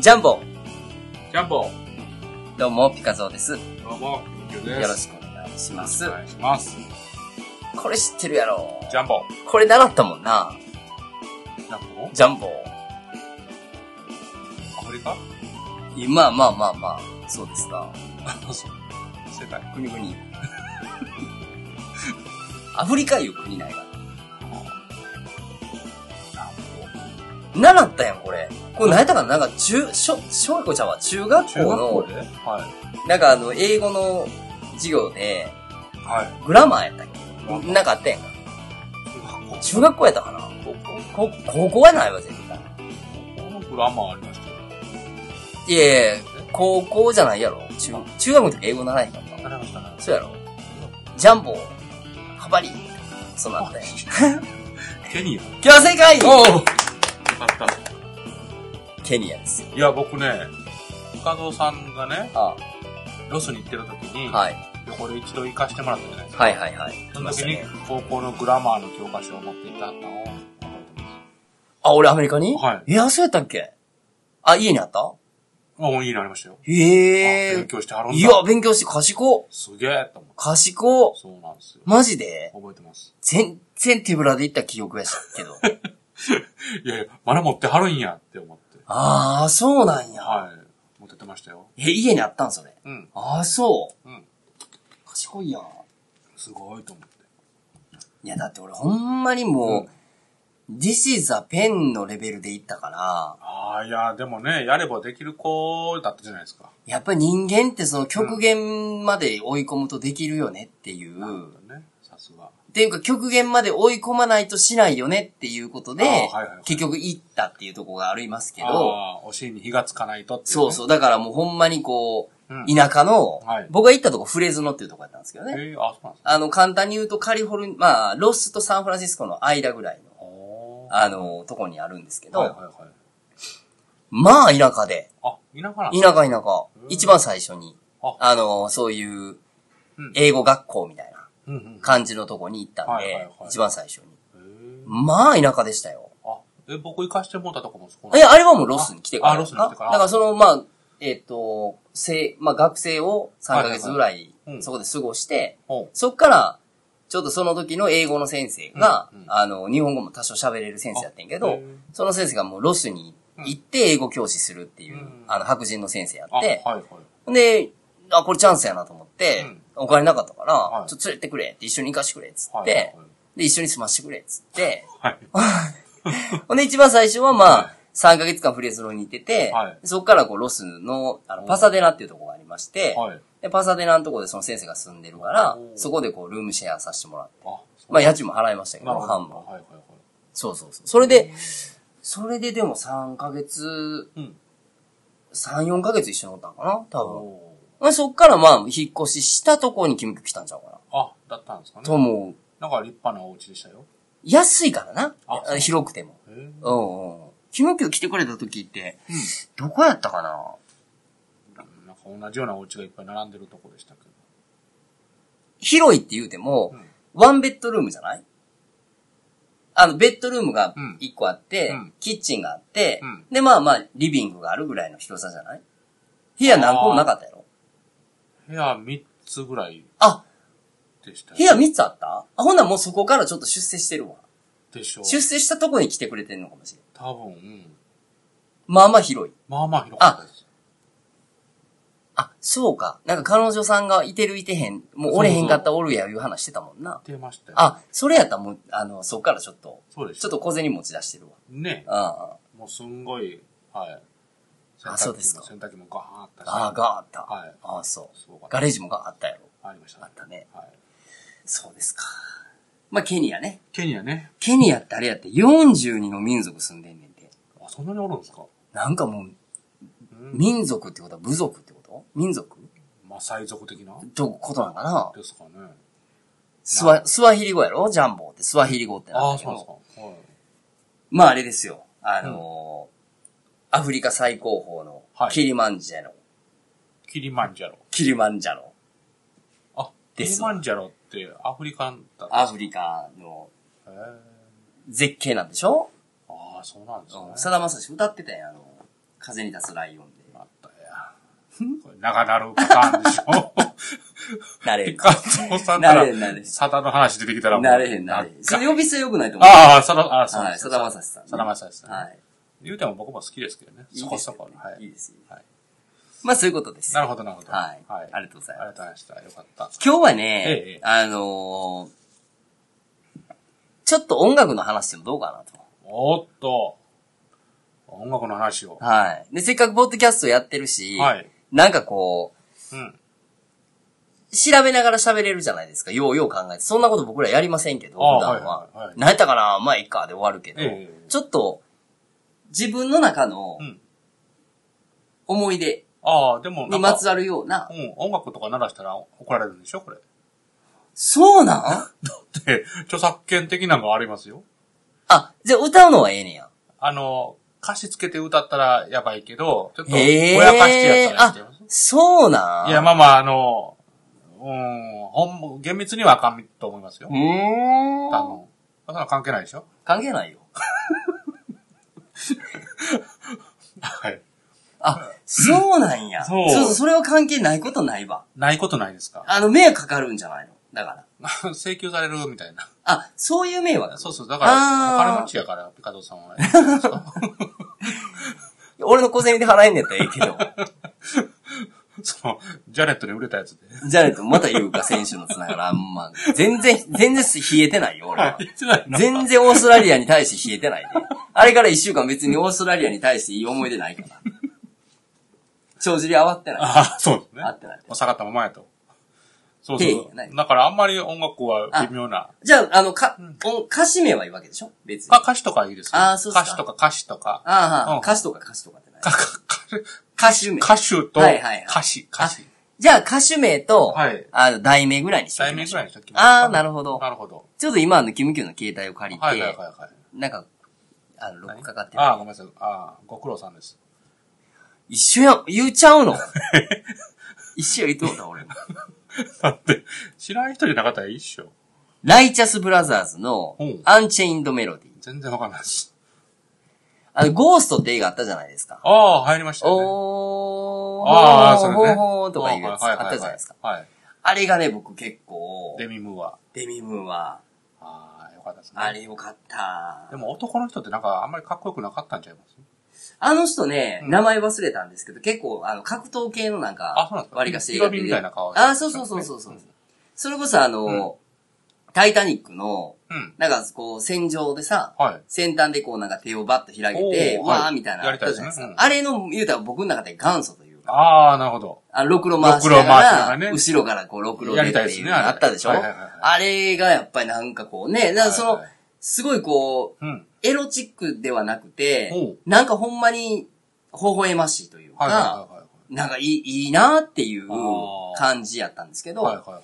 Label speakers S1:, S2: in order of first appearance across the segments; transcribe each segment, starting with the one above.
S1: ジャンボ
S2: ジャンボ
S1: どうも、ピカゾーです。よ
S2: どうも、ゆうきゅうです。
S1: ろしくお願いします
S2: お。願いします。
S1: これ知ってるやろ
S2: ジャンボ。
S1: これ習ったもんな。
S2: ジャンボ
S1: ジャンボ。
S2: アフリカ
S1: いまあまあまあまあ、そうですか。
S2: あ、そう。世界。
S1: 国 々。アフリカいう国ないが。習ったやん、これ。これ何やったかななんか中、小、小学校ちゃんは中学校
S2: 中学校
S1: の、
S2: ではい。
S1: なんかあの、英語の授業で、
S2: は
S1: グラマーやったっ
S2: い。
S1: けなんかあったやんか。
S2: 中学校
S1: 中学校やったかな
S2: 高校
S1: こ高校はないわ、絶対。
S2: 高校のグラマーありましたよ。
S1: いやいや高校じゃないやろ中中学の時英語習いかった
S2: ありましたね。
S1: そうやろジャンボ、ハバリ、そうなんだよ。
S2: ケニア。よ
S1: 今日は正解
S2: おかった。
S1: ケニアですよ。
S2: いや、僕ね、深蔵さんがね、
S1: あ
S2: ロスに行ってる時に、
S1: はい。
S2: 旅行で一度行かしてもらったじゃないですか。
S1: はいはいはい。
S2: その時に、高校のグラマーの教科書を持って行ったのを覚えてます。
S1: あ、俺アメリカに。
S2: はい
S1: え、そうやったっけあ、家にあった
S2: あ、もういいのありましたよ。
S1: へえ
S2: あ勉。強してはるんだ。
S1: いや、勉強して賢。
S2: すげえと思って。
S1: 賢。
S2: そうなんですよ。
S1: マジで
S2: 覚えてます。
S1: 全然手ぶらで行った記憶やしけ ど。
S2: いやいや、まだ持ってはるんやって思って。
S1: ああ、そうなんや。
S2: はい。持ってってましたよ。
S1: え、家にあったんそれ。
S2: うん。
S1: ああ、そう。
S2: うん。
S1: 賢いやん。
S2: すごいと思って。
S1: いや、だって俺ほんまにもう、This is a pen のレベルで行ったから、
S2: ああ、いや、でもね、やればできる子だったじゃないですか。
S1: やっぱり人間ってその極限まで追い込むとできるよねっていう、
S2: ね。さすが。
S1: っていうか極限まで追い込まないとしないよねっていうことで、
S2: あーはいはいはい
S1: 結局行ったっていうとこがありますけど、
S2: ああ、お尻に火がつかないとっていうね、
S1: そうそう、だからもうほんまにこう、
S2: うん
S1: 田舎の、
S2: はい
S1: 僕が行ったとこフレズノっていうとこやったんですけどね。
S2: ええあ、そうなんですか。
S1: あの、簡単に言うとカリフォルニまあ、ロスとサンフランシスコの間ぐらいの、
S2: お
S1: あの、とこにあるんですけど、
S2: はいはいはい。
S1: まあ田舎で、
S2: あ、田舎なん
S1: 田舎田舎
S2: う。ん
S1: 一番最初に、
S2: あ
S1: あの、そういう
S2: うん、
S1: 英語学校みたいな
S2: うんうん。
S1: 感じのとこに行ったん
S2: はいはい
S1: で
S2: はい、
S1: 一番最初に。
S2: へー
S1: まあ、田舎でしたよ。
S2: あ、え、僕行かしてもらったとこもそこ
S1: いや、あれはもうロスに来てから。
S2: あロスに来てから
S1: だからその、まあ、えっと、せ、まあ、学生を3ヶ月ぐらい
S2: はいはいう、ん
S1: そこで過ごして、
S2: お
S1: そっから、ちょっとその時の英語の先生が
S2: うんう、ん
S1: あの、日本語も多少喋れる先生やってんけ
S2: あへ
S1: ど
S2: ー、、
S1: その先生がもうロスに行って英語教師するっていううんあの、白人の先生や
S2: あ、
S1: っ
S2: はい
S1: て、
S2: はい。
S1: で、あ、これチャンスやなと思って、
S2: うん
S1: お金なかったから、
S2: はい
S1: ちょっと連れてくれって、一緒に行かしてくれっつって、
S2: はいはいはい。
S1: で、一緒に住ましてくれっつって、
S2: はい。
S1: ほんで一番最初はまあ、
S2: は
S1: 3ヶ月間フレーズローに行ってて、
S2: はい
S1: そこからこうロスのあのパサデナっていうところがありまして、
S2: はい。
S1: でパサデナのところでその先生が住んでるから
S2: お、ー
S1: そこでこうルームシェアさせてもらって、
S2: あ、そう
S1: まあ家賃も払いましたけど、
S2: なるほど。
S1: 半分。
S2: はいはいはい。
S1: そうそうそう。それで、それででも3ヶ月、
S2: うん。
S1: 3、4ヶ月一緒におったんかな多分。
S2: お
S1: まあそっからまあ、引っ越ししたところに君来たんちゃうかな。
S2: ーあ、だったんですか
S1: と
S2: ね。
S1: もう、
S2: なんか立派なお家でしたよ。
S1: 安いからな。
S2: あ
S1: あ広くても。
S2: へえ。
S1: うんうん。君今日来てくれた時って、どこやったかな
S2: なんか同じようなお家がいっぱい並んでるとこでしたけど。
S1: 広いって言うても
S2: う、ん。
S1: ワンベッドルームじゃないあの、ベッドルームが
S2: うん
S1: 1個あって、
S2: うん
S1: キッチンがあって、
S2: うん
S1: で、まあまあ、リビングがあるぐらいの広さじゃない部屋何個もなかったやろ
S2: 部屋3つぐらい
S1: あ
S2: でしたよ
S1: 部屋3つあったあほんならもうそこからちょっと出世してるわ。
S2: でしょう。
S1: 出世したとこに来てくれてんのかもしれん。
S2: 多分、うん。
S1: まあまあ広い。
S2: まあまあ広かったです。
S1: あ、そうか。なんか彼女さんがいてるいてへん、もうおれへんかったおるやいう話してたもんな。
S2: 出ましたよ。
S1: あ、それやったらもう、あの、そっからちょっと、
S2: そうでし
S1: ちょっ。
S2: ょ
S1: と小銭持ち出してる
S2: ね。
S1: わ。
S2: もうすんごい、はい。洗濯機も
S1: あそうですか
S2: 洗濯機もガーンあったし。
S1: ああ、があった。
S2: はい
S1: ああ、そう。
S2: すごかった
S1: ガレージもがあったやろ。
S2: ありました
S1: あったね。
S2: はい。
S1: そうですか。まあ、ケニアね。
S2: ケニアね。
S1: ケニアってあれやって42の民族住んでんねんて。
S2: あ、そんなにおるんですか
S1: なんかもう、
S2: うん。
S1: 民族ってことは部族ってこと民族
S2: マサイ族的な
S1: どうことなんかな
S2: ですかね。
S1: スワ、スワヒリ語やろジャンボってスワヒリ語ってなんだ
S2: ああ、
S1: け
S2: そう
S1: ど
S2: なんですか。はい。
S1: まああれですよ。あのーアフリカ最高峰の
S2: はい
S1: キリマンジャロ。
S2: キリマンジャロ。
S1: キリマンジャロ。
S2: あ、
S1: で
S2: キ
S1: す
S2: リマンジャロってアフリカンだった
S1: ア
S2: ん
S1: フリカの
S2: ですね。へえ
S1: 絶景なんでしょ
S2: ああ、そうなんですね
S1: うん。さだまさし歌ってたやん、あの、風に立つライオンで。
S2: あったや。これ長なるパターンでし ょ。
S1: なれへ
S2: で
S1: ん。
S2: 加藤さんな
S1: な
S2: ら
S1: れへん、なれへん。
S2: サダの話出てきたらもう。
S1: なれへん、なれへ。
S2: なんか
S1: それ呼び捨て良くないと思う。
S2: ああ、さだ、ああ、そう
S1: は
S2: で
S1: い、
S2: す
S1: さだまさしさんね。
S2: さだまさしさん。
S1: はい。
S2: 言うても僕も好きですけどね。
S1: いいです
S2: そ
S1: よ
S2: こそこの。はい
S1: い
S2: い。
S1: ですよ。
S2: はい
S1: まあそういうことです。
S2: なるほど、なるほど。
S1: はい。
S2: は
S1: あ
S2: い。
S1: りがとうござい
S2: あり
S1: ま
S2: が
S1: す。
S2: とうございました。よかった。
S1: 今日はね、
S2: ええ
S1: あのーちょっと音楽の話でもどうかなと。
S2: おっと。音楽の話を。
S1: はい。で、せっかくポッドキャストやってるし、
S2: はい。
S1: なんかこ
S2: うん。
S1: う、調べながら喋れるじゃないですか。ようよう考えて。そんなこと僕らやりませんけど、
S2: あ
S1: 普段は。
S2: はいはいはい
S1: 何やったかなまあいいかで終わるけど、
S2: ええ
S1: ちょっと、自分の中の
S2: うん。
S1: 思い出
S2: ああ、でもな
S1: に
S2: んか
S1: まつわるような
S2: う、ん、音楽とか鳴らしたら怒られるんでしょこれ。
S1: そうなん
S2: で、著作権的なのがありますよ。
S1: あ、じゃあ歌うのはええねや。
S2: あの、歌詞つけて歌ったらやばいけど、ちょっと、ぼ
S1: へえ
S2: やかしてやったらいいんちゃいます
S1: そうなん
S2: いや、まあまあ、あの、うん、ほん、厳密にはあかんと思いますよ
S1: う。ーん
S2: あの、そんなの関係ないでしょ
S1: 関係ないよ。
S2: はい。
S1: あ、そうなんや。
S2: そう
S1: そうそう、それは関係ないことないわ。
S2: ないことないですか
S1: あの、迷惑かかるんじゃないのだから。
S2: 請求されるみたいな。
S1: あ、そういう迷惑。
S2: そうそう、だから、お
S1: あー
S2: 金持ちやから、ピカドさんは。 そ
S1: 俺の小銭で払えんねやったらええけど。
S2: の、ジャネットで売れたやつで。
S1: じゃないと、また言うか、選手のつながら。あんま、全然、全然冷えてないよ、俺は。
S2: 言ってないの
S1: 全然オーストラリアに対して冷えてないで。あれから一週間別にオーストラリアに対していい思い出ないから。帳尻合わってない。
S2: ああ、そうですね。
S1: 合ってない
S2: もう下がったままやと。そう
S1: 経
S2: そ。
S1: 緯がないう
S2: だからあんまり音楽は微妙な。
S1: じゃあ、あの、か、お歌詞名はいいわけでしょ別に。
S2: か歌詞とかいいですよ。
S1: あーそうっすか
S2: 歌詞とか歌詞とか。
S1: ああ、
S2: うん
S1: 歌詞とか歌詞とかってない
S2: か。か
S1: 歌手名。
S2: 歌手と
S1: はいはいはい
S2: 歌詞、歌詞。
S1: じゃあ歌手名と、
S2: はい
S1: あの、題名ぐらいにしてお
S2: 題
S1: き
S2: 名
S1: ま
S2: ぐ
S1: しょう
S2: らいにしときます
S1: ああ、なるほど。
S2: なるほど。
S1: ちょっと今、あの、キムキューの携帯を借りて、
S2: はいはいはいはい。
S1: なんか、あの、ロックかかってる
S2: ああ、ごめんなさい。ああ、ご苦労さんです。
S1: 一緒やん、言うちゃうの一緒や言ってもうた、 俺も。
S2: だって、知らん人じゃなかったらいいっしょ。
S1: ライチャスブラザーズの
S2: うん、
S1: アンチェインドメロディー。
S2: 全然わかんないです。
S1: あの、ゴーストって映画あったじゃないですか。
S2: ああ、入りましたよね。
S1: おー、
S2: ああ、
S1: ほ
S2: そ
S1: ー
S2: れ
S1: ほー
S2: ね。
S1: ほーとかいうやつあったじゃないですか。。
S2: はい。
S1: あれがね、僕結構、
S2: デミムーは。
S1: デミムーンは、
S2: ああ、よかったですね。
S1: あれよかった
S2: で。も男の人ってなんかあんまりかっこよくなかったんちゃいます
S1: あの人ね、
S2: うん
S1: 名前忘れたんですけど、結構、あの、格闘系のなん
S2: あ
S1: か
S2: そうなんです、か
S1: 割りかして
S2: ヒロミみたいな顔してる
S1: あ、そうそうそうそうそう
S2: うん。
S1: それこそあの、タイタニックの、
S2: うん。
S1: なんかこう、戦場でさ、
S2: はい。
S1: 先端でこうなんか手をバッと開けて、
S2: おー
S1: わ
S2: は
S1: ー
S2: い
S1: みたいなのあったじゃないです
S2: や
S1: か
S2: り。た
S1: あれの、言うたら僕の中で元祖というか、
S2: ああ、なるほど。
S1: あの、ろくろ回しな
S2: ろくろ回しなが
S1: が
S2: ら
S1: ら、
S2: ね
S1: 後ろからこう、ろくろ
S2: や
S1: でっ
S2: り
S1: て
S2: たいです
S1: い
S2: ね
S1: うのがあったでしょ
S2: あれはいはいはい
S1: あれがやっぱりなんかこうね、なんかそ
S2: はい
S1: の
S2: はい、
S1: すごいこう、
S2: うん。
S1: エロチックではなくて
S2: おう、
S1: なんかほんまに、微笑ましいというか、
S2: はいはいはい。
S1: なんかいい、いいなっていう
S2: あー
S1: 感じやったんですけど、
S2: はいはいはい。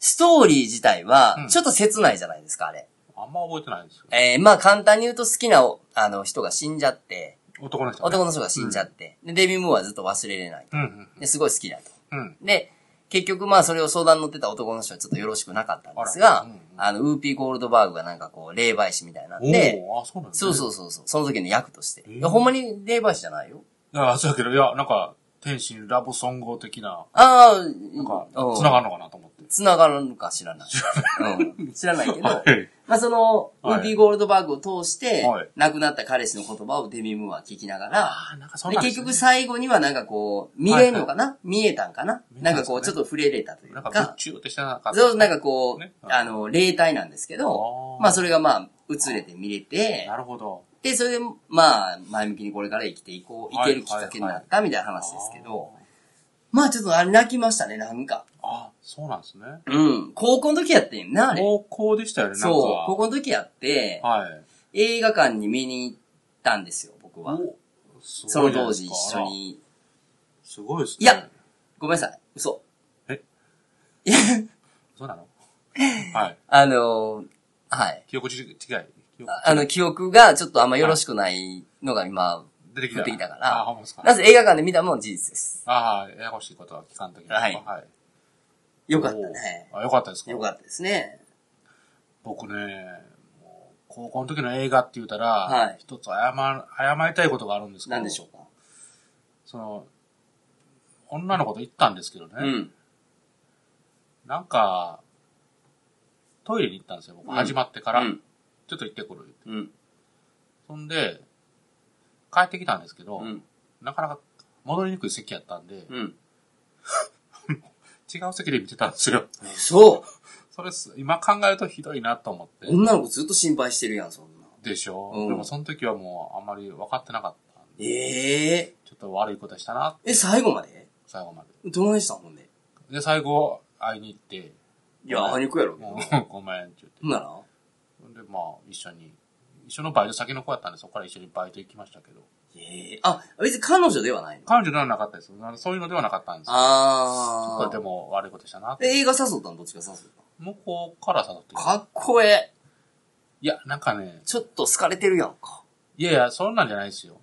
S1: ストーリー自体
S2: う
S1: は
S2: ん、
S1: ちょっと切ないじゃないですか、あれ。
S2: あんま覚えてないですよ。
S1: えー、まあ簡単に言うと好きなお、あの、人が死んじゃって、
S2: 男の人、ね。
S1: 男の人が死んじゃって、で、デビュームーはずっと忘れれない。
S2: うん
S1: で、すごい好きだと。
S2: うん。うん。
S1: で、結局まあそれを相談に乗ってた男の人はちょっとよろしくなかったんです
S2: あら
S1: が
S2: うんうん、
S1: あの、ウーピーゴールドバーグがなんかこう、霊媒師みたいなん
S2: お
S1: で、
S2: おーあ、そうなんです。
S1: そうそううそうそう、その時の役として。
S2: えー
S1: いやほんまに霊媒師じゃないよ。
S2: いや、そうやけど、いや、なんか、天心ラブソング的な、
S1: ああ、
S2: なんか、
S1: うん
S2: 繋がるのかなと思って。
S1: つながるのか知らない。うん知らないけど、
S2: はい
S1: まあその、ウ
S2: はい
S1: ーピーゴールドバーグを通して
S2: はい、
S1: 亡くなった彼氏の言葉をデミムーは聞きながら、
S2: ああ、なんかそん
S1: で
S2: なん
S1: 結局
S2: ね、
S1: 最後にはなんかこう、見れんのかな、見えたんかな
S2: 見えた
S1: なん
S2: ん
S1: か
S2: ですね
S1: こう、ちょっと触れれたという
S2: な
S1: か、
S2: んか、ぶっちゅうってしてなかった。
S1: そうなんかこう、
S2: ねはい
S1: あの、霊体なんですけど
S2: あ、ー
S1: まあそれがまあ、映れて見れて
S2: な、るほど。
S1: で、それでまあ、前向きにこれから生きていこう、生
S2: はい
S1: けるきっかけになったみたいな
S2: あ
S1: 話ですけど、まあちょっとあれ泣きましたね、なんか。
S2: ー。あーそうなんですね。
S1: うん。高校の時やってんな、あれ。
S2: 高校でしたよね、なんか。
S1: そう。高校の時やって、
S2: はい。
S1: 映画館に見に行ったんですよ、僕は。
S2: おす
S1: そ
S2: ご
S1: の
S2: いじゃな
S1: 当
S2: いで
S1: 時
S2: す
S1: 一
S2: か
S1: 緒。に。
S2: あらすごいですね。
S1: いやごめんなさい、嘘。
S2: え
S1: いや、
S2: そう なのはい。
S1: あのーはい。
S2: 記憶違い。記憶
S1: ああの、記憶がちょっとあんまよろしくないのが今、
S2: 出てき
S1: 降
S2: た。
S1: ってきたか
S2: あー、
S1: ら
S2: ほんまです、か。
S1: なぜ映画館で見たのも事実です。
S2: ああ、ややこしいことは聞かんときに
S1: はい
S2: はい。
S1: よかったね。
S2: おー。あ、よかったですか
S1: よかったですね。
S2: 僕ね、もう高校の時の映画って言ったら、
S1: はい
S2: 一つ謝る謝りたいことがあるんですけど。
S1: 何でしょうか
S2: その、女の子と行ったんですけどね、
S1: うん。
S2: なんか、トイレに行ったんですよ、僕。
S1: うん
S2: 始まってから、
S1: うん。
S2: ちょっと行ってくる。
S1: うん。
S2: そんで、帰ってきたんですけど、
S1: うん。
S2: なかなか戻りにくい席やったんで、
S1: うん。
S2: 違う席で見てたんですよ。
S1: そ
S2: それす、今考えるとひどいなと思って。
S1: う女の子ずっと心配してるやん、そんな。
S2: でしょ、
S1: うん
S2: でもその時はもうあんまり分かってなかったんで、
S1: ええ
S2: ちょっと悪いことしたな、
S1: え、最後まで
S2: 最後ま
S1: どないしたんほんで。
S2: で。で、最後、会いに行って、
S1: いや、あいにくやろ。ほ
S2: もう ごめんって
S1: ん
S2: 言
S1: な
S2: っ
S1: ら
S2: て。で、まあ、一緒に、一緒のバイト先の子やったんで、そこから一緒にバイト行きましたけど、
S1: ええあ、別に彼女ではないの
S2: 彼女ではなかったです。あのそういうのではなかったんですよ。ちょ
S1: あー。
S2: っとでも悪いことしたなって。
S1: え映画誘ったんどっちが誘っ
S2: 向こうから誘ってき
S1: たん
S2: た。
S1: かっこええ。
S2: いや、なんかね、
S1: ちょっと好かれてるやんか。
S2: いやいや、そんなんじゃないですよ。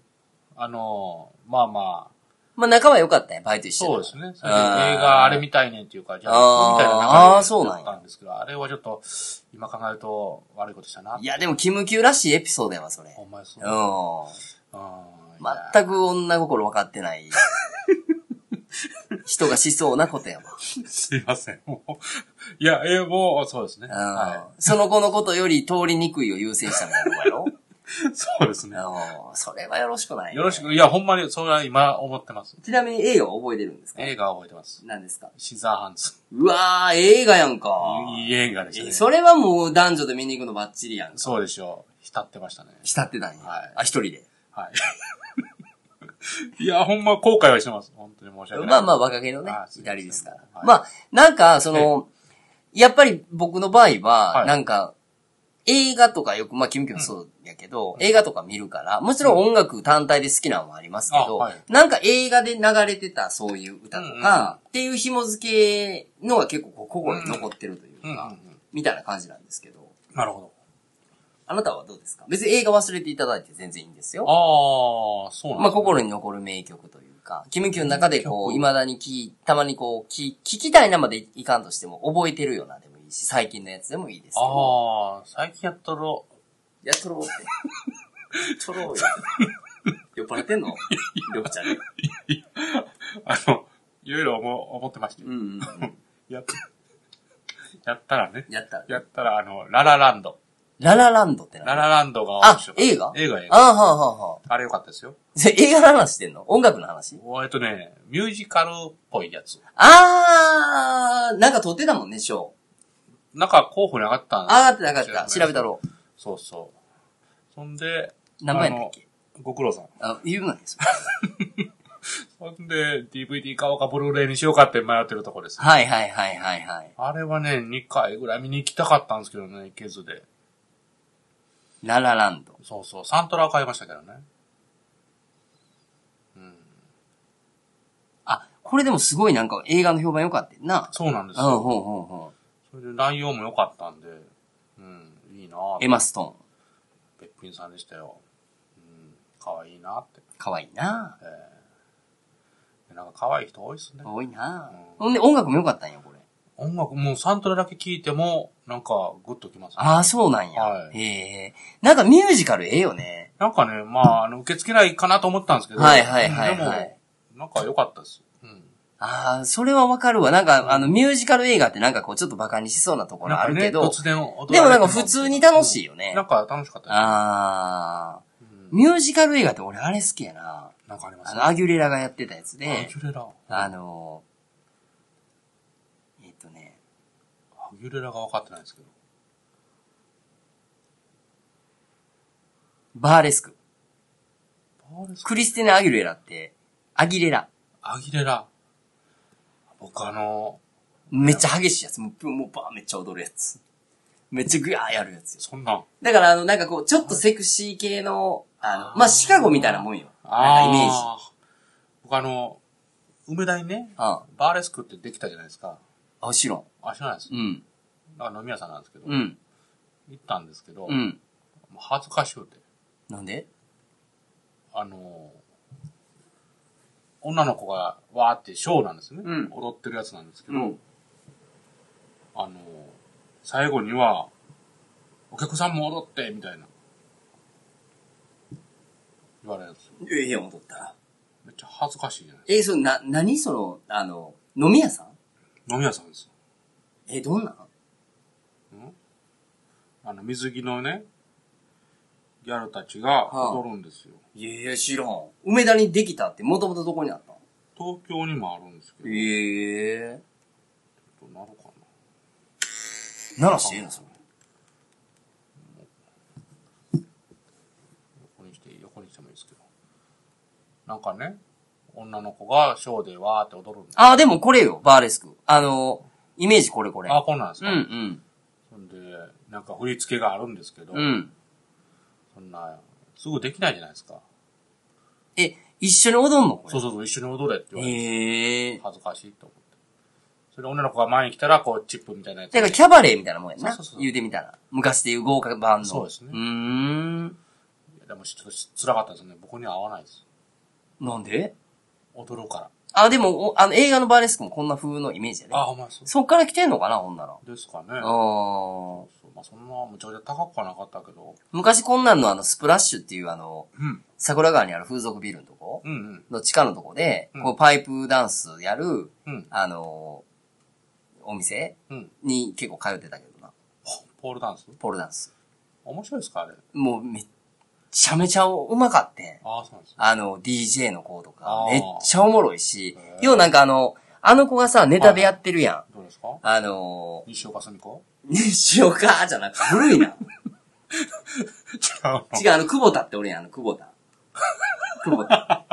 S2: あの、まあまあ、
S1: まあ仲は良かったね、バイト一緒
S2: そう
S1: に
S2: ですね。それで映
S1: あー
S2: 画あれ見たいねんっていうか、じゃあ、
S1: あー
S2: みたいな
S1: あー
S2: 中
S1: そう
S2: で
S1: な
S2: だ
S1: ん
S2: っ
S1: や
S2: たんですけど、あれはちょっと、今考えると悪いことしたな。
S1: いや、でも、キムキューらしいエピソードやわ、それ。
S2: ほんまにそうう。うん。
S1: ん。
S2: く。
S1: 全く女心分かって ない。人がしそうなことやわ。
S2: すいません。もう。いや、えー、もう、そうですね。
S1: うん
S2: は
S1: その子のことより通りにくいを優先したみたいなのやろ
S2: い。そうですね。
S1: うんそれはよろしくない、
S2: よろしく。
S1: い。
S2: いや、ほんまに、それは今思ってます。
S1: ちなみに映画は覚えてるんですか
S2: 映画は覚えてます。
S1: 何ですか
S2: シザーハンズ。
S1: うわー、映画やんか。
S2: いい映画で
S1: え
S2: したね。
S1: それはもう男女で見に行くのバッチリやんか。
S2: そうでしょう。浸ってましたね。
S1: 浸ってたんや。
S2: はい
S1: あ、一人で。
S2: はい。いや、ほんま後悔はしてます。本当に申し訳ない。
S1: まあまあ若気のね
S2: あ、ー
S1: 至りですから。
S2: はい
S1: まあ、なんか、その、やっぱり僕の場合は
S2: は、い
S1: なんか、映画とかよく、まあ、キムキムもそうやけど、映画とか見るから、もちろん音楽単体で好きなのもありますけ
S2: あ
S1: ど
S2: はい、
S1: なんか映画で流れてたそういう歌と
S2: うんうん
S1: か、っていう紐付けのが結構こう心に残ってるという
S2: うんうん
S1: か、みたいな感じなんですけど、
S2: うん。なるほど。
S1: あなたはどうですか別に映画忘れていただいて全然いいんですよ。
S2: ああ、そうなん
S1: まあ、
S2: こ
S1: 心に残る名曲というか、キムキュンの中でこう、
S2: 曲
S1: 未だにきたまにこう、き聞きたいなまでいかんとしても、覚えてるようなでもいいし、最近のやつでもいいですけど。
S2: ああ、最近やっとろ。
S1: やっとろうって。 とろうよ。酔っ払ってん の緑茶で。
S2: あの、いろいろ思思ってまして
S1: うん、うんうん。
S2: やっやったらね。
S1: やったら。
S2: やったら、あの、ララランド。
S1: ララランドって
S2: ラ
S1: な。
S2: ラランドが
S1: あ
S2: 面白、かった
S1: 映画
S2: 映画映
S1: あ
S2: 画。
S1: あ、はあ、はあ、はあ。
S2: あれよかったですよ。
S1: それ映画の話してんの音楽の話
S2: おえっとね、ミュージカルっぽいやつ。
S1: あー、なんか撮ってたもんね、ショー。
S2: なんか候補に上がったん
S1: あーってなかった。調べた
S2: ろ。
S1: ろう。
S2: そうそう。そんで、
S1: 名前なんだっけ
S2: あのご苦労さん。
S1: あ、言うなんですよ。
S2: そんで、DVD 買おうか、ブルーレイにしようかって迷ってるとこです。
S1: はいはいはいはいはい。
S2: あれはね、2回ぐらい見に行きたかったんですけどね、行けずで。
S1: ララランド。
S2: そうそう、サントラを買いましたけどね。うん。
S1: あ、これでもすごいなんか映画の評判良かったよな。
S2: そうなんです
S1: うん、ほう
S2: よ。
S1: ほうほ
S2: それで内容も良かったんで、うん、いいなぁ
S1: う。エ。マスト
S2: べっぴんさんでしたよ。うん、可愛いなって。
S1: ーン。かわいいな。
S2: ええなんか可愛い人多いっすね。
S1: 多いな
S2: う。ん
S1: ほんで音楽も良かったんや、これ。
S2: 音楽、もうサントラだけ聴いても、なんかグッときますね。
S1: ああ、そうなんや。
S2: は
S1: へえ。なんかミュージカルええよね。
S2: なんかね、まあ、あの、受け付けないかなと思ったんですけど。
S1: はいはいはいはい
S2: でも、なんか良かったです。うん。
S1: ああ、それはわかるわ。なんか、あの、ミュージカル映画ってなんかこう、ちょっとバカにしそうなところあるけ
S2: なん
S1: ど
S2: かね、突然踊られて
S1: でもなんか普通に楽しいよね
S2: うんなんか楽しかったです。
S1: ああ、
S2: うん
S1: ミュージカル映画って俺あれ好きやな。
S2: なんかありま
S1: あ
S2: す
S1: の、アギュレラがやってたやつ
S2: ア
S1: で
S2: ギ、ュレラ。
S1: あの、えっとね、
S2: アギュレラが分かってないですけど。
S1: バーレスク。
S2: バーレスク
S1: クリスティナ・アギレラって、アギレラ。
S2: アギレラ。僕あの、
S1: めっちゃ激しいやつ。もう、もうバーめっちゃ踊るやつ。めっちゃグヤーやるやつよ。
S2: そんなん。
S1: だから、あの、なんかこう、ちょっとセクシー系の、あの、まあ、シカゴみたいなもんよ。なんかイメージ。
S2: ジ。僕あの、梅田にね、
S1: あ
S2: バーレスクってできたじゃないですか。
S1: あ、もちろ
S2: あ、知らないです
S1: ん。。うん。
S2: なんか飲み屋さんなんですけど、
S1: うん。
S2: 行ったんですけど、
S1: う。
S2: もうん恥ずかしくて。
S1: なんで
S2: あの、女の子がわーってショーなんですね。
S1: うん
S2: 踊ってるやつなんですけど、
S1: うん。
S2: あの、最後には、お客さんも踊って、みたいな。言われるんですよ。
S1: いやいや、戻ったら。
S2: めっちゃ恥ずかしいじゃない
S1: え、その、な、何その、あの、飲み屋さん
S2: 飲み屋さんです
S1: え、どんなん
S2: よ。んあの、水着のね、ギャルたちが
S1: はあ
S2: 踊るんですよ。
S1: いやいや、知らん。梅田にできたって、もともとどこにあったの
S2: 東京にもあるんですけど、
S1: ええ
S2: どうなるかな。
S1: ー。ならしてえのそれ。
S2: 横にして、横にしてもいいですけど。なんかね、女の子がショーでわーって踊るんです
S1: あ、でもこれよ、バーレスク。あの、イメージこれこれ。
S2: あ、こんなんです
S1: うん
S2: か、
S1: うん。
S2: そんで、なんか振り付けがあるんですけど、
S1: うん。
S2: そんな、すぐできないじゃないですか。
S1: え、一緒に踊んのこれ。
S2: そうそうそう、一緒に踊れって言われて、
S1: へえー。
S2: 恥ずかしいと思って。それで女の子が前に来たら、こう、チップみたいなやつ
S1: だ。からキャバレーみたいなもんやな。
S2: そうそうそう
S1: 言うてみたら。昔でいう豪華バンド。
S2: そうですね
S1: うーん。
S2: いやでも、ちょっと辛かったですね。僕には合わないです。
S1: なんで
S2: 踊るから。
S1: あ、でも、おあの、映画のバーレスクもこんな風のイメージやね。
S2: あ、ほんまです。
S1: そっから来てんのかな、ほんなら。
S2: ですかね。
S1: あー
S2: そうまあ、そんな、むちゃくちゃ高くはなかったけど。
S1: 昔こんなんのあの、スプラッシュっていうあの、
S2: うん。
S1: 桜川にある風俗ビルのとこ
S2: うんうん。
S1: の地下のとこで、
S2: うん
S1: こうパイプダンスやる、
S2: うん。
S1: あのーお店
S2: うん。
S1: に結構通ってたけどな。
S2: ポールダンス
S1: ポールダンス。
S2: 面白いですかあれ。
S1: もうめっちゃめちゃうまかって。
S2: ああ、そうなんですね。
S1: あの、DJ の子とか
S2: あ、ー
S1: めっちゃおもろいし
S2: へ、ー
S1: 要はなんかあの、あの子がさ、ネタでやってるやん。
S2: どうですか
S1: あの
S2: 西岡澄子
S1: ー、しようか、じゃなくて、古い な。違う、
S2: 違う
S1: あの、久保田って俺やん、あの、久保田。久保田。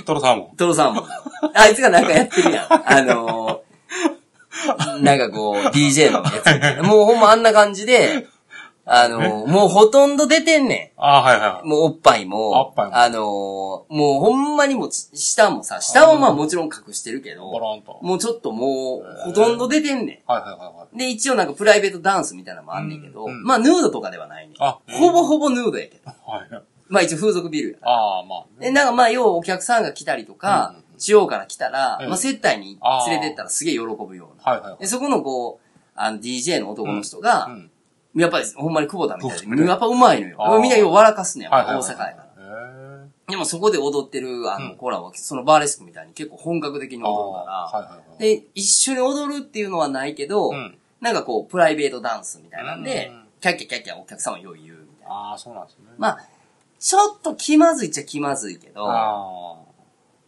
S2: の。トロサーモ
S1: トロサーモン。あいつがなんかやってるやん。あのー、なんかこう、DJ のやつ。もうほんまあんな感じで、あのー、もうほとんど出てんね
S2: ン。ああ、はいはいは
S1: ん。
S2: い。
S1: もうおっぱいも、
S2: おっぱいも
S1: あのー、もうほんまにもうち下もさ、下はまあもちろん隠してるけ
S2: ボ
S1: ど、
S2: ロンと。
S1: もうちょっともう、ほとんど出てんね
S2: はいはいはいはい。
S1: ん。で、一応なんかプライベートダンスみたいなのもあんねんけど、
S2: うんうん
S1: まあヌードとかではないねん。
S2: あへー
S1: ほぼほぼヌードやけど。
S2: はい。
S1: まあ一応風俗ビルやな
S2: ああ、まあ、
S1: で、
S2: ね。
S1: なんかまあ、要はお客さんが来たりとか
S2: うんうん、
S1: 地方から来たら、
S2: うん
S1: まあ、接待に連れてったらすげえ喜ぶような。
S2: はいはいはい。
S1: で、そこのこう、あの、DJ の男の人が、
S2: うん。
S1: やっぱり、ほんまに久保田みたい
S2: 久保田
S1: で、やっぱうまいの
S2: あ
S1: よ。
S2: ー
S1: みんなよう笑かすねや、
S2: はいはいはい。
S1: 大阪やから。
S2: へえ。
S1: でもそこで踊ってる、あ
S2: うん
S1: の、子らは、そのバーレスクみたいに結構本格的に
S2: ああ
S1: 踊るか
S2: はいはいはい。
S1: ら、で、一緒に踊るっていうのはないけど、
S2: うん。
S1: なんかこう、プライベートダンスみたいなんで
S2: うん、
S1: キャッキャキャッキャお客さんをよう言うみたいな。
S2: ああ、そうなんですね。
S1: まあ、ちょっと気まずいっちゃ気まずいけど、
S2: ああ。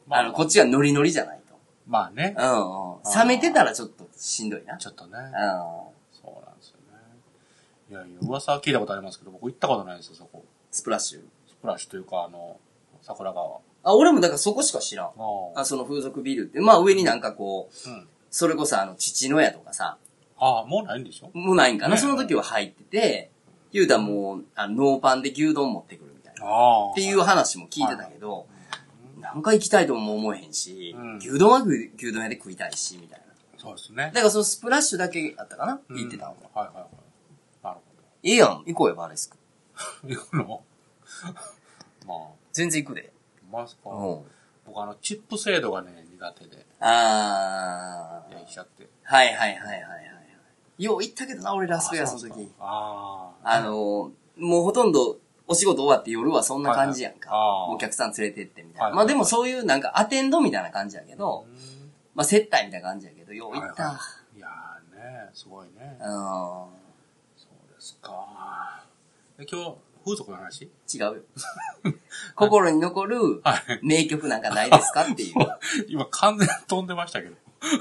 S2: ま
S1: あの、こっちはノリノリじゃないと。
S2: まあね。
S1: うんうん。冷めてたらちょっとしんどいな。
S2: ちょっとね。
S1: うん。
S2: そうなんですよね。いやいや、噂は聞いたことありますけど、僕行ったことないですよ、そこ。
S1: スプラッシュ。
S2: スプラッシュというか、あの、桜川。あ
S1: あ、俺もだからそこしか知らん。
S2: あ。
S1: あ、その風俗ビルって。まあ上になんかこう、
S2: うん。
S1: それこそあの、父の屋とかさ、
S2: ああ、もうないんでしょ
S1: もうないんかな。
S2: ね
S1: その時は入ってて、言うたらもう、あのノーパンで牛丼持ってくるみたいな。
S2: ああ。
S1: っていう。話も聞いてたけど、なんか行きたいとも思えへんし
S2: うん、
S1: 牛丼は牛牛丼屋で食いたいし、みたいな。
S2: そうですね
S1: だ。からそのスプラッシュだけあったかな
S2: うん
S1: 行ってたのが。
S2: はいはいはい。なる
S1: いいやん、行こうよ、バーレスク。
S2: ほど。行 くのまあ、
S1: 全然行くで。
S2: ほんまですか。
S1: うん。
S2: 僕あの、チップ制度がね、苦手で、
S1: あー
S2: いや、。行っちゃって。
S1: はいはいはいはいはい。よう行ったけどな、俺ラスベガスの時。
S2: ああ。
S1: あのー、もうほとんどお仕事終わって夜はそんな感じやんか。
S2: はいはいあー
S1: お客さん連れてってみたいな。
S2: はいはい
S1: まあでもそういうなんかアテンドみたいな感じやけど、
S2: うん
S1: まあ接待みたいな感じやけど、よう行った。
S2: はいはい、いやーね、すごいね。そうですか。え今日、風俗の話
S1: うん。違うよ。 心に残る
S2: はい。
S1: 名曲なんかないですかっていう。
S2: 今完全に飛んでましたけど。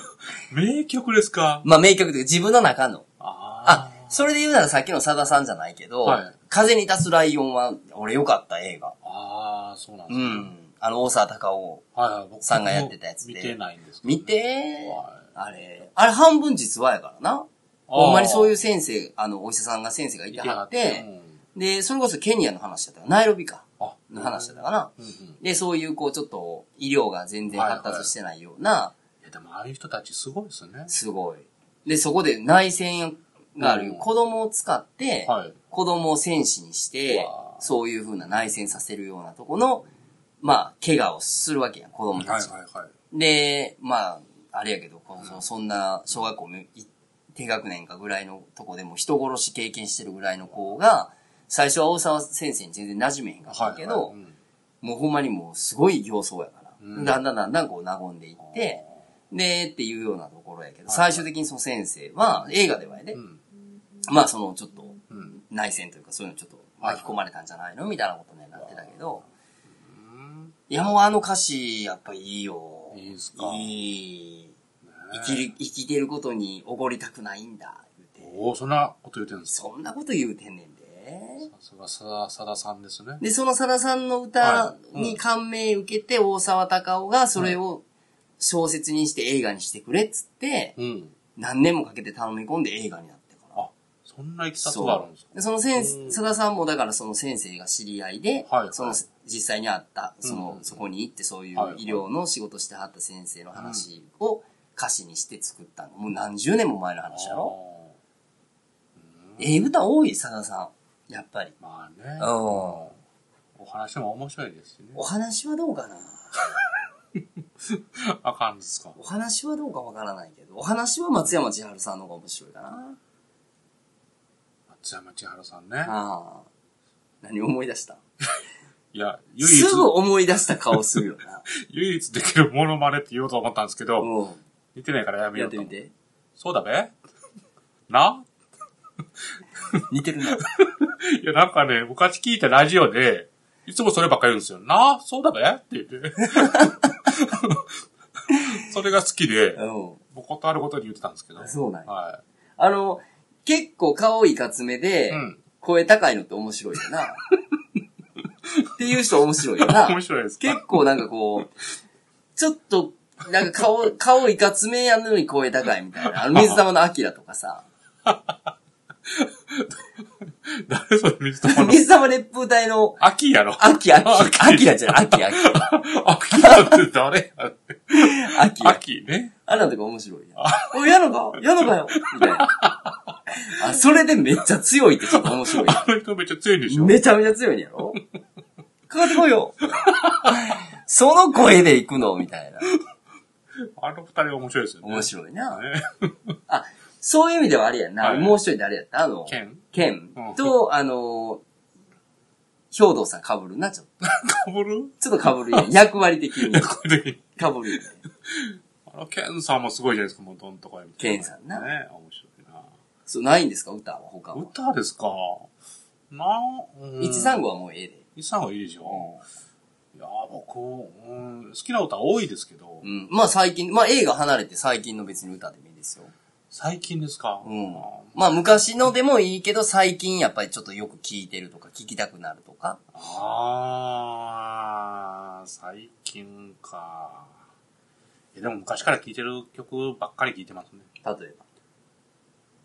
S2: 名曲ですか
S1: まあ名曲というか自分の中の。あ
S2: あ、
S1: それで言うならさっきのさださんじゃないけど、
S2: はい
S1: 風に立つライオンは俺良かった映画。
S2: あ。ああ、そうなんで
S1: う
S2: すね。
S1: ん。あの、大沢隆夫。
S2: はいはい、僕
S1: さんがやってたやつで
S2: 見てないんですけどね
S1: 見て
S2: はい
S1: あれ、あれ半分実話やからな。
S2: あー
S1: ほんまにそういう先生、あの、お医者さんが先生がい
S2: 見
S1: て
S2: ては
S1: はっ
S2: ってて、う、ん
S1: で、それこそケニアの話だったかなナイロビか、
S2: あ、
S1: の話だったかな。
S2: うんうん。い
S1: で、そういうこう、ちょっと医療が全然発達してないような、
S2: や、でもああいう人たちすごいですね。
S1: すごい。で、そこで内戦がある、
S2: うん
S1: 子供を使って、
S2: はい。
S1: 子供を戦士にして
S2: うわ、ー
S1: そういう風な内戦させるようなとこの、まあ、怪我をするわけやん、子供
S2: は
S1: た
S2: い
S1: ちが。
S2: はいはい。
S1: で、まあ、あれやけど、こうそそんな小学校めい低学年かぐらいのとこでも人殺し経験してるぐらいの子が、最初は大沢先生に全然馴染めへんかったけど、
S2: はいはいうん
S1: もうほんまにもうすごい形相やから、
S2: うん
S1: だんだんだんだんこう和んでいって、で、っていうようなところやけど、最終的にその先生は、映画ではやで、
S2: うん。
S1: まあそのちょっと
S2: うん。
S1: 内戦というかそういうのちょっと巻き込まれたんじゃないのみたいなことになってたけど、いやもうあの歌詞、やっぱいいよ。
S2: いいですか
S1: いい。生きる、生きてることにおごりたくないんだ、言うて。
S2: おおそんなこと言ってるんですか
S1: そんなこと言うてんねんで。
S2: さすがさだ、さださんですね。
S1: で、そのさださんの歌に感銘受けて、大沢たかおがそれを小説にして映画にしてくれっつって、
S2: うん。
S1: 何年もかけて頼み込んで映画になってから。
S2: あ、そんな行きさつがあるんですか
S1: でその先生
S2: う、ん
S1: さださんもだからその先生が知り合いで、
S2: はいはい
S1: その実際にあった、そ
S2: うん
S1: の
S2: う、ん
S1: そこに行ってそういう
S2: はいはい
S1: 医療の仕事してはった先生の話を歌詞にして作ったの。もう何十年も前の話やろええ歌多い、さださん。やっぱり。
S2: あーまあね。
S1: うん
S2: お話も面白いですしね
S1: お。話はどうかな
S2: あかんですか。
S1: お話はどうかわからないけど、お話は松山千春さんの方が面白いかな。
S2: 松山千春さんね。
S1: ああ。何思い出した
S2: いや、唯一、
S1: すぐ思い出した顔するよ な。
S2: 唯一できるモノマネって言おうと思ったんですけど、
S1: う
S2: 似てないからや
S1: ん。
S2: め
S1: やっ
S2: よう
S1: て
S2: と思
S1: み
S2: う。
S1: て。
S2: そうだべ な
S1: 似てるな。
S2: いや、なんかね、昔聞いたラジオで、いつもそればっかり言うんですよ。なそうだべって言って。 それが好きで、
S1: うん。
S2: もう断ることに言ってたんですけど。
S1: そうなんや
S2: は
S1: あの、結構顔いかつめ
S2: い。
S1: で、
S2: うん。
S1: 声高いのって面白いよ な。っていう人面白いよな。
S2: 面白いですか
S1: 結構なんかこう、ちょっと、なんか顔、顔いかつめやのに声高いみたいな。あの水玉のアキラとか さ。
S2: 誰それ水玉 の。
S1: 水玉熱風隊の、
S2: 秋やろ。
S1: アキ、アキ、アキラじゃない、アキ、アキ、
S2: 秋だって誰や
S1: アキ。
S2: 秋ね。
S1: あんなとか面白いやん。おい、矢野か矢野かよみたいな。あ、それでめっちゃ強いってちょっと面白いやん。
S2: あの人めっちゃ強いんでしょ
S1: めちゃめちゃ強いんやろかかってこいよその声で行くのみたいな。
S2: あの二人面白いですよね。
S1: 面白いな。
S2: ね。
S1: あ、そういう意味ではあれやんな。
S2: はい
S1: もう一人誰やったあの、
S2: ケン
S1: ケ
S2: うん
S1: ンと、あの、兵道さん被るな、ちょっと。
S2: かぶる
S1: ちょっと被る やん。役割的に被
S2: こういう時に
S1: るやん。
S2: あの、ケンさんもすごいじゃないですか、もうどんとこへみたいな。
S1: ケンさんな
S2: ね、面白
S1: そう、ないんですか歌は他
S2: いな。
S1: は。
S2: 歌ですか。なうん。
S1: 135はもうええで。
S2: 135いいでしょ。いや、僕、うん、好きな歌多いですけど
S1: う、ん。まあ最近、まあ映画離れて最近の別に歌でもいいですよ。
S2: 最近ですか。
S1: うん
S2: あ。
S1: まあ昔のでもいいけど、最近やっぱりちょっとよく聞いてるとか、聞きたくなるとか。
S2: あー、最近か。え、でも昔から聴いてる曲ばっかり聴いてますね。
S1: 例えば。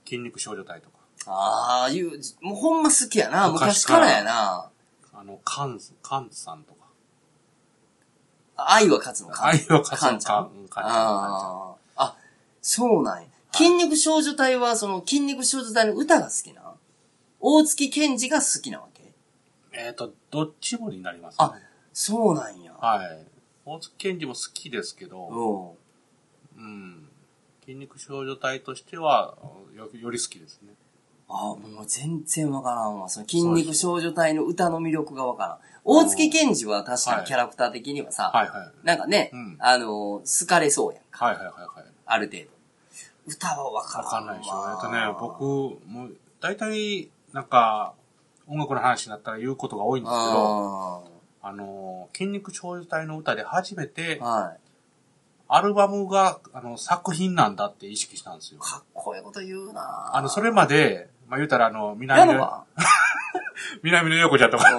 S2: 筋肉少女隊とか。
S1: ああいう、もうほんま好きやな。
S2: 昔
S1: 昔
S2: か
S1: かららやな。
S2: あの、カン、カンさんとか。
S1: 愛は勝つのか。
S2: 愛は勝つの
S1: カンちゃん
S2: か。うんカンちゃんカンちゃん
S1: ああ。あ、そうなんや。筋肉少女隊は、その筋肉少女隊の歌が好きな。大月健二が好きなわけ。
S2: えっ、と、どっちもになります
S1: あ
S2: ね。、
S1: そうなんや。
S2: はい。大月健二も好きですけど、
S1: うん。
S2: うん。筋肉少女隊としては、よより好きですね。
S1: あ、もう全然わからんわ。その筋肉少女隊の歌の魅力がわからん。大月健二は確かにキャラクター的にはさ、
S2: はいはい。
S1: なんかね、
S2: うん
S1: あのー、好かれそうやん。
S2: はいはいはいはい。
S1: ある程度。歌はわから
S2: わ
S1: ん
S2: かんないでしょ。えっとね
S1: わ、
S2: 僕、もう、大体、なんか、音楽の話になったら言うことが多いんですけど、
S1: あ
S2: あの、筋肉少女隊の歌で初めて
S1: ー、はい。
S2: アルバムが、あの、作品なんだって意識したんですよ。
S1: かっこいいこと言うなぁ
S2: あの、それまで、まあ、言うたら、あの、
S1: や
S2: 南
S1: の
S2: の、
S1: は。
S2: 南の陽子ちゃんとか、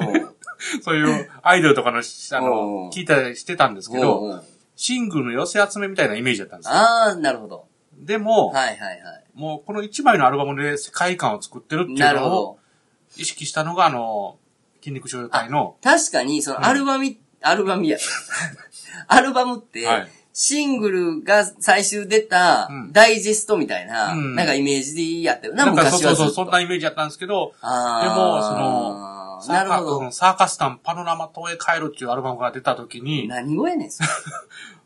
S2: そういうアイドルとかの、あ
S1: うん
S2: の、聞いたりしてたんですけ
S1: うん
S2: ど、
S1: うん
S2: シングルの寄せ集めみたいなイメージだったんですよ。
S1: ああ、なるほど。
S2: でも、
S1: はいはいはい。
S2: もうこの一枚のアルバムで世界観を作ってるってい
S1: な
S2: う
S1: るほ
S2: のを
S1: ど。
S2: 意識したのが、あの、筋肉少女隊の、
S1: 確かに、そのアルバム、アルバムや。 アルバムって、
S2: はい
S1: シングルが最終出た
S2: うん
S1: ダイジェストみたいな、
S2: うん
S1: なんかイメージでやったよな、
S2: なんかそう
S1: 昔
S2: そ
S1: は
S2: う
S1: ずっ
S2: そ
S1: と。
S2: う、そんなイメージだったんですけど、
S1: あー
S2: でもその
S1: なるほ
S2: サーカう
S1: ど
S2: ん。サーカスタンパノラマ島へ帰るっていうアルバムが出た時に、
S1: 何語やねん、それ。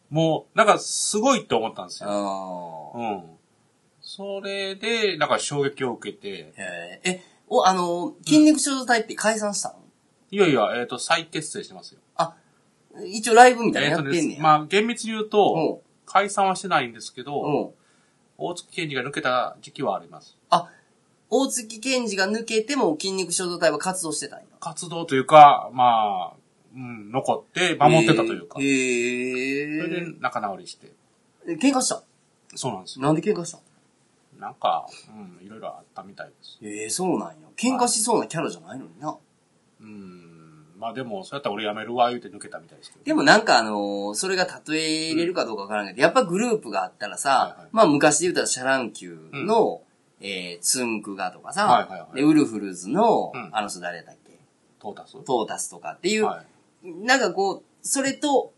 S2: もう、なんかすごいって思ったんですよ。
S1: あー
S2: うん。それで、なんか衝撃を受けて、
S1: へーえ、お、あの、筋肉少女隊って解散したの、
S2: いやいや、えっ、と、再結成してますよ。
S1: あ、一応ライブみたい
S2: え
S1: な
S2: っ
S1: の
S2: と
S1: や
S2: で
S1: ってんね
S2: す
S1: や。
S2: まあ、厳密に言う
S1: うん
S2: と、解散はしてないんですけど、
S1: うん。
S2: 大月健二が抜けた時期はあります。
S1: あ、大月健二が抜けても筋肉衝動隊は活動してたんや。
S2: 活動というか、まあ、うん、残って、守ってたというか
S1: へ。
S2: それで
S1: え。
S2: 仲直りして。
S1: え喧嘩した
S2: そうなんですよ。
S1: なんで喧嘩した
S2: なんか、うん、いろいろあったみたいです。
S1: ええそうなんや。喧嘩しそうなキャラじゃないのにな。
S2: うん、まあでも、そうやったら俺辞めるわ、言うて抜けたみたいですけど。
S1: でもなんかあのーそれが例えれるかどうかわからんけど、やっぱグループがあったらさ、
S2: はいはい
S1: まあ昔で言ったらシャランキューの、えー、ツンクガとかさ、
S2: はいはいはい
S1: で、ウルフルズの、
S2: うん
S1: あの人誰だっけ、
S2: トータス
S1: トータスとかっていう、
S2: はい
S1: なんかこう、それと、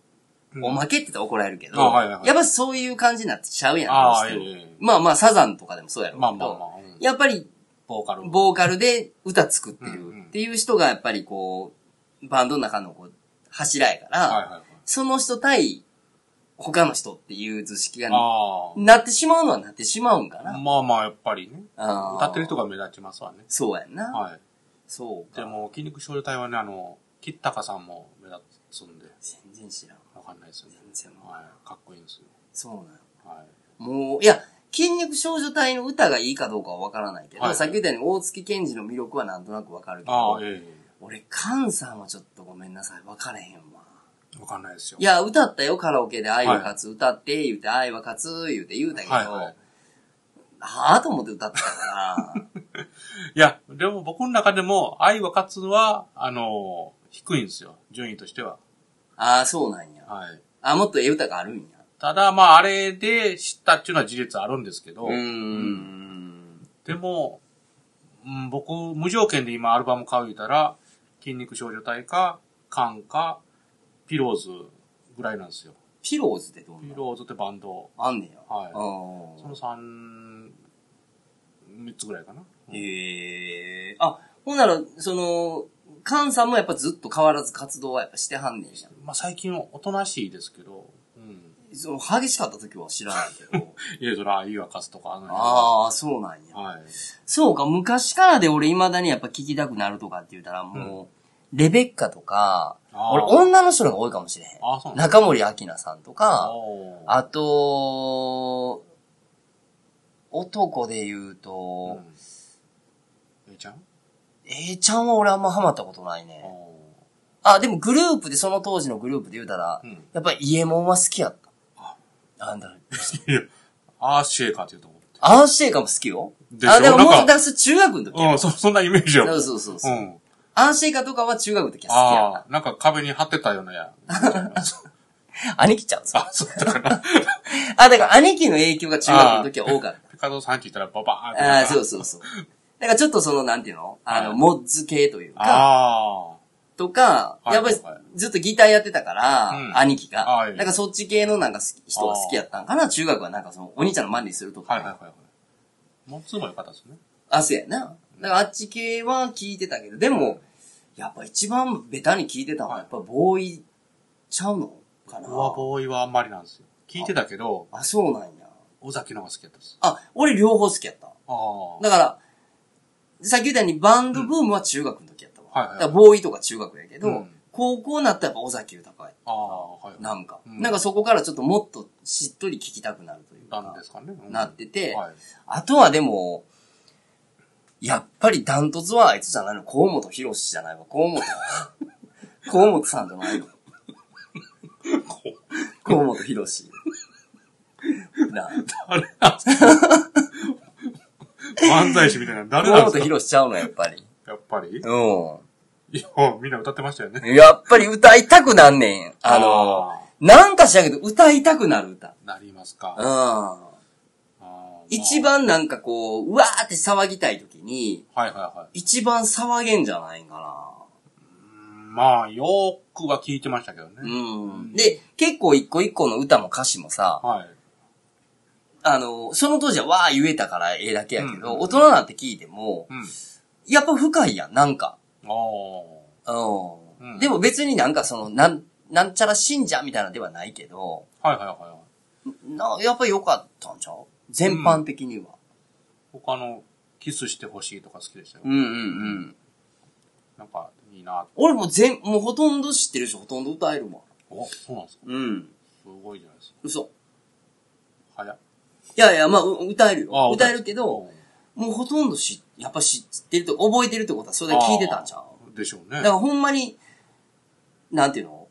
S2: うん
S1: おまけって言ったら怒られるけど、
S2: あはいはいはい
S1: やっぱそういう感じになってちゃうやん。
S2: ああ
S1: どうしても
S2: ええ
S1: まあまあ、サザンとかでもそうやろうけど、
S2: まあまあまあ、うん
S1: やっぱり
S2: ボーカル。
S1: ボーカルで歌作って
S2: うんうん
S1: るっていう人がやっぱりこう、バンドの中のこう柱やから、
S2: はいはいはい。
S1: その人対他の人っていう図式が
S2: あ
S1: なってしまうのはなってしまうんか
S2: あ。
S1: な。
S2: まあまあ、やっぱりね。
S1: あー
S2: 歌ってる人が目立ちますわね。
S1: そうやんな。
S2: はい。
S1: そうか。
S2: でも、筋肉少女隊はね、あの、キッタカさんも目立つんで、
S1: 全然知らん。
S2: わかんないですよね。
S1: 全然もう
S2: はい。かっこいいんですよ。
S1: そうなの。
S2: はい。
S1: もう、いや、筋肉少女隊の歌がいいかどうかはわからないけど、
S2: はい
S1: さっき言ったように大月健二の魅力はなんとなくわかるけ
S2: あ
S1: ど
S2: あ、、え
S1: 俺、カンさんはちょっとごめんなさい。わからへんわ。
S2: えわかんないですよ。
S1: いや、歌ったよ、カラオケで愛は勝つ、歌って、言うて、愛は勝つ、言うて言うたけど、
S2: はいはい。
S1: はぁと思って歌ってた から、
S2: いや、でも僕の中でも、愛は勝つのは、あの、低いんですよ。順位としては。
S1: ああ、そうなんや。
S2: はい。
S1: あ、もっとええ歌があるんや。
S2: ただ、まあ、あれで知ったっていうのは事実あるんですけど、
S1: うーん。
S2: でも、うん、僕、無条件で今アルバム買う言うたら、筋肉少女隊か、カンか、ピローズぐらいなんですよ。
S1: ピローズってどん
S2: ピ
S1: な
S2: ローズってバンド、
S1: あんねや。
S2: はいその
S1: あ
S2: 3、3つぐらいかな。
S1: ーへえ。あ、ほんなら、その、カンさんもやっぱずっと変わらず活動はやっぱしてはんねんや。
S2: まあ、最近おとなしいですけど、うん。
S1: その激しかった時は知らないけ ど。
S2: いや、そら、いわかすとか、あの辺
S1: ああ、そうなんや。
S2: はい。
S1: そうか、昔からで俺未だにやっぱ聞きたくなるとかって言ったらもう、レベッカとか、
S2: あ
S1: 俺
S2: ー
S1: 女の人の方が多いかもしれへん。
S2: あーそうなんだ
S1: 中森明菜さんとか、
S2: おー
S1: あと、男で言う
S2: う
S1: と、
S2: んえいちゃん
S1: えいちゃんは俺あんまハマったことないね。
S2: お
S1: あ、でもグループで、その当時のグループで言うたら、
S2: うん
S1: やっぱりイエモンは好きやった。なんだろう、
S2: ーいや、アーシェイカーって言うと思って。
S1: アンシェイカーも好きよ。
S2: でしょ
S1: あ、でももう、
S2: なんか
S1: だからそれ中学の時。
S2: うん、そ、そんなイメージよ。
S1: そうそうそうそうう、
S2: ん。
S1: アンシェイカーとかは中学の時は好きやった
S2: ああ、なんか壁に貼ってたようなや。
S1: 兄貴ちゃうんですよ
S2: あ、そうだから。
S1: あ、だから兄貴の影響 が中学の時は多かっ
S2: ピカドさんって言ったらババーンって。。
S1: た。ああ、そううそうそう。だからちょっとその、なんていうのあの、
S2: はい
S1: モッズ系というか、
S2: あ
S1: とか、
S2: はい
S1: やっぱり
S2: はい
S1: ずっとギターやってたから、
S2: うん
S1: 兄貴が。
S2: はい
S1: だからそっち系のなんか好き人が好きやったんかな中学はなんかその、お兄ちゃんのマネすると
S2: あ。
S1: か。
S2: はいはいはいはい。もうツーも良かったですね。
S1: あ、そうやな。だからあっち系は聞いてたけど、でも、やっぱ一番ベタに聞いてたのは、
S2: はい
S1: やっぱボーイちゃうのかな
S2: うわ、ボーイはあんまりなんですよ。聞いてたけど、
S1: あ、そうなんや。
S2: 尾崎の方が好きだったです。
S1: あ、俺両方好きやった。
S2: ああ。
S1: だから、さっき言ったようにバンドブームは中学の時やったわ。
S2: うんはいはいはい
S1: だからボーイとか中学やけど、
S2: うん
S1: 高校になったらやっぱ尾崎豊やった
S2: ああ、はい。
S1: な
S2: なん
S1: か、
S2: うん
S1: なんかそこからちょっともっとしっとり聞きたくなるというか。
S2: んですかね。うん
S1: なってて
S2: はい。
S1: あとはでも、やっぱりダントツはあいつじゃないの。河本博士じゃないわ。 河本。河本さんじゃないの。河本博士。なあ
S2: 漫才師みたいな。誰なん
S1: 河
S2: で
S1: 本 博
S2: すか
S1: 士ちゃうの、やっぱり。
S2: やっぱり
S1: うん。
S2: いや、みんな歌ってましたよね。
S1: やっぱり歌いたくなんねん。あの、なんか知らんけど歌いたくなる歌。
S2: なりますか。あ
S1: うん。
S2: あまあ
S1: 一。番なんかこう、うわーって騒ぎたい時に、
S2: はいはいはい。
S1: 一番騒げんじゃないんか
S2: うんまあ、よーくは聞いてましたけど
S1: な。う
S2: ね。
S1: ん。で、結構一個一個の歌も歌詞もさ、
S2: はい。
S1: あの、その当時はわー言えたからええだけやけど、
S2: うん
S1: 大人なんて聞いても、
S2: うん。
S1: やっぱ深いやん、なんか。
S2: ああ。
S1: う。
S2: うんん
S1: でも別になんかその、なん、なんちゃら信者みたいなのではないけど、
S2: はいはいはいはい。
S1: な、やっぱ良かったんちゃう全般的には。
S2: 僕あの、キスしてほしいとか好きでしたよ。
S1: うんうんうん。
S2: なんか、いいな。
S1: 俺も全、もうほとんど知ってるし、ほとんど歌えるもん。
S2: おお、そうなんですか。
S1: うん。
S2: すごいじゃないですか。
S1: 嘘。
S2: 早っ。
S1: いやいや、まあ、う歌える
S2: あ
S1: よ。歌えるけど、、もうほとんどし、やっぱ知ってると、覚えてるってことはそ
S2: そ
S1: れだけ聞いてたんちゃう
S2: でしょう
S1: だ
S2: ね。
S1: からほんまに、なんていうの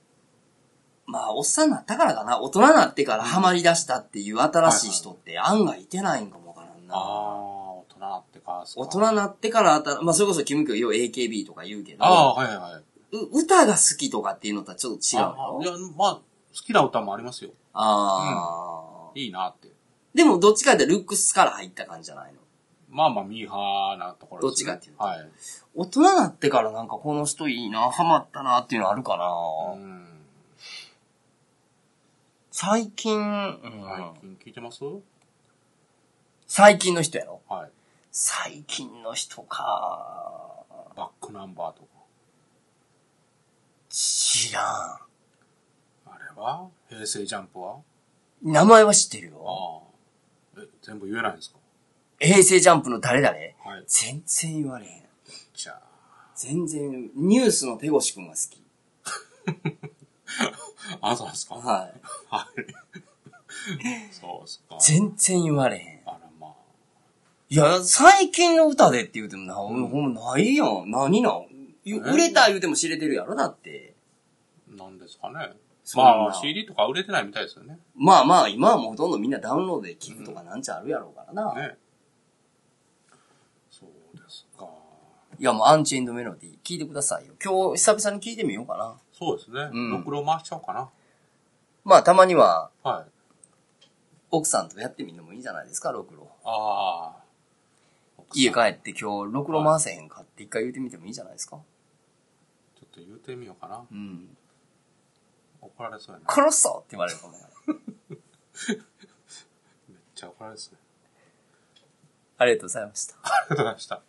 S1: まあ、おっさんになったからかな。大人になってからハマり出したっていう新しい人って案外いてないんかもわからん
S2: あ
S1: な。
S2: あ、大人なってか、そ
S1: 大
S2: っか
S1: 人になってからあた、まあ、それこそキムキョよう AKB とか言うけど、
S2: ああ、はいはいはい。
S1: う歌が好きとかっていうのとはちょっと違う
S2: あい
S1: よ。
S2: や、まあ、好きな歌もありますよ。
S1: ああ、
S2: いいなって。
S1: でも、どっちかってルックスから入った感じじゃないの。
S2: まあまあ、ミーハーなところです、
S1: どっちかっていうと
S2: はい。
S1: 大人になってからなんかこの人いいな、ハマったなっていうのあるかな。
S2: うん。
S1: 最近、うん
S2: 最近聞いてます
S1: 最近の人やろ
S2: はい。
S1: 最近の人か。
S2: バックナンバーとか。
S1: 知ら
S2: あれは平成ジャンプは
S1: ん。名前は知ってる
S2: あ
S1: よ。
S2: あ。え、全部言えないんですか
S1: 平成ジャンプの誰々
S2: はい。
S1: 全然言われへん。
S2: じゃあ。
S1: 全然、ニュースの手越くんが好き。
S2: あ、そうですかは
S1: はい。
S2: い。そうですか。
S1: 全然言われへん。
S2: あらまあ。
S1: いや、最近の歌でって言うてもな、ほんまないやん。何なんゆ
S2: え
S1: 売れた言うても知れてるやろだって。
S2: なんですかね。
S1: そんな
S2: まあ、CD とか売れてないみたいですよね。
S1: まあまあ、今はもうほとんどみんなダウンロードで聞くとかなんちゃあるやろうからな。
S2: ね。そうですか。
S1: いや、もうアンチエンドメロディー聞いてくださいよ。今日久々に聞いてみようかな。
S2: そうですね。
S1: うん
S2: ろくろ回しちゃおうかな。
S1: まあ、たまには
S2: はい。
S1: 奥さんとやってみるのもいいんじゃないですか、ろくろ。
S2: ああ。
S1: 家帰
S2: ちょ
S1: って今日、ろくろ回せへんかって一回言うてみてもいいんじゃないですか。
S2: っと言うてみようかな。
S1: うん。
S2: 怒られそうやな。
S1: 殺そうって言われるかもよ。
S2: めっちゃ怒られそうや。
S1: ありがとうございました。
S2: ありがとうございました。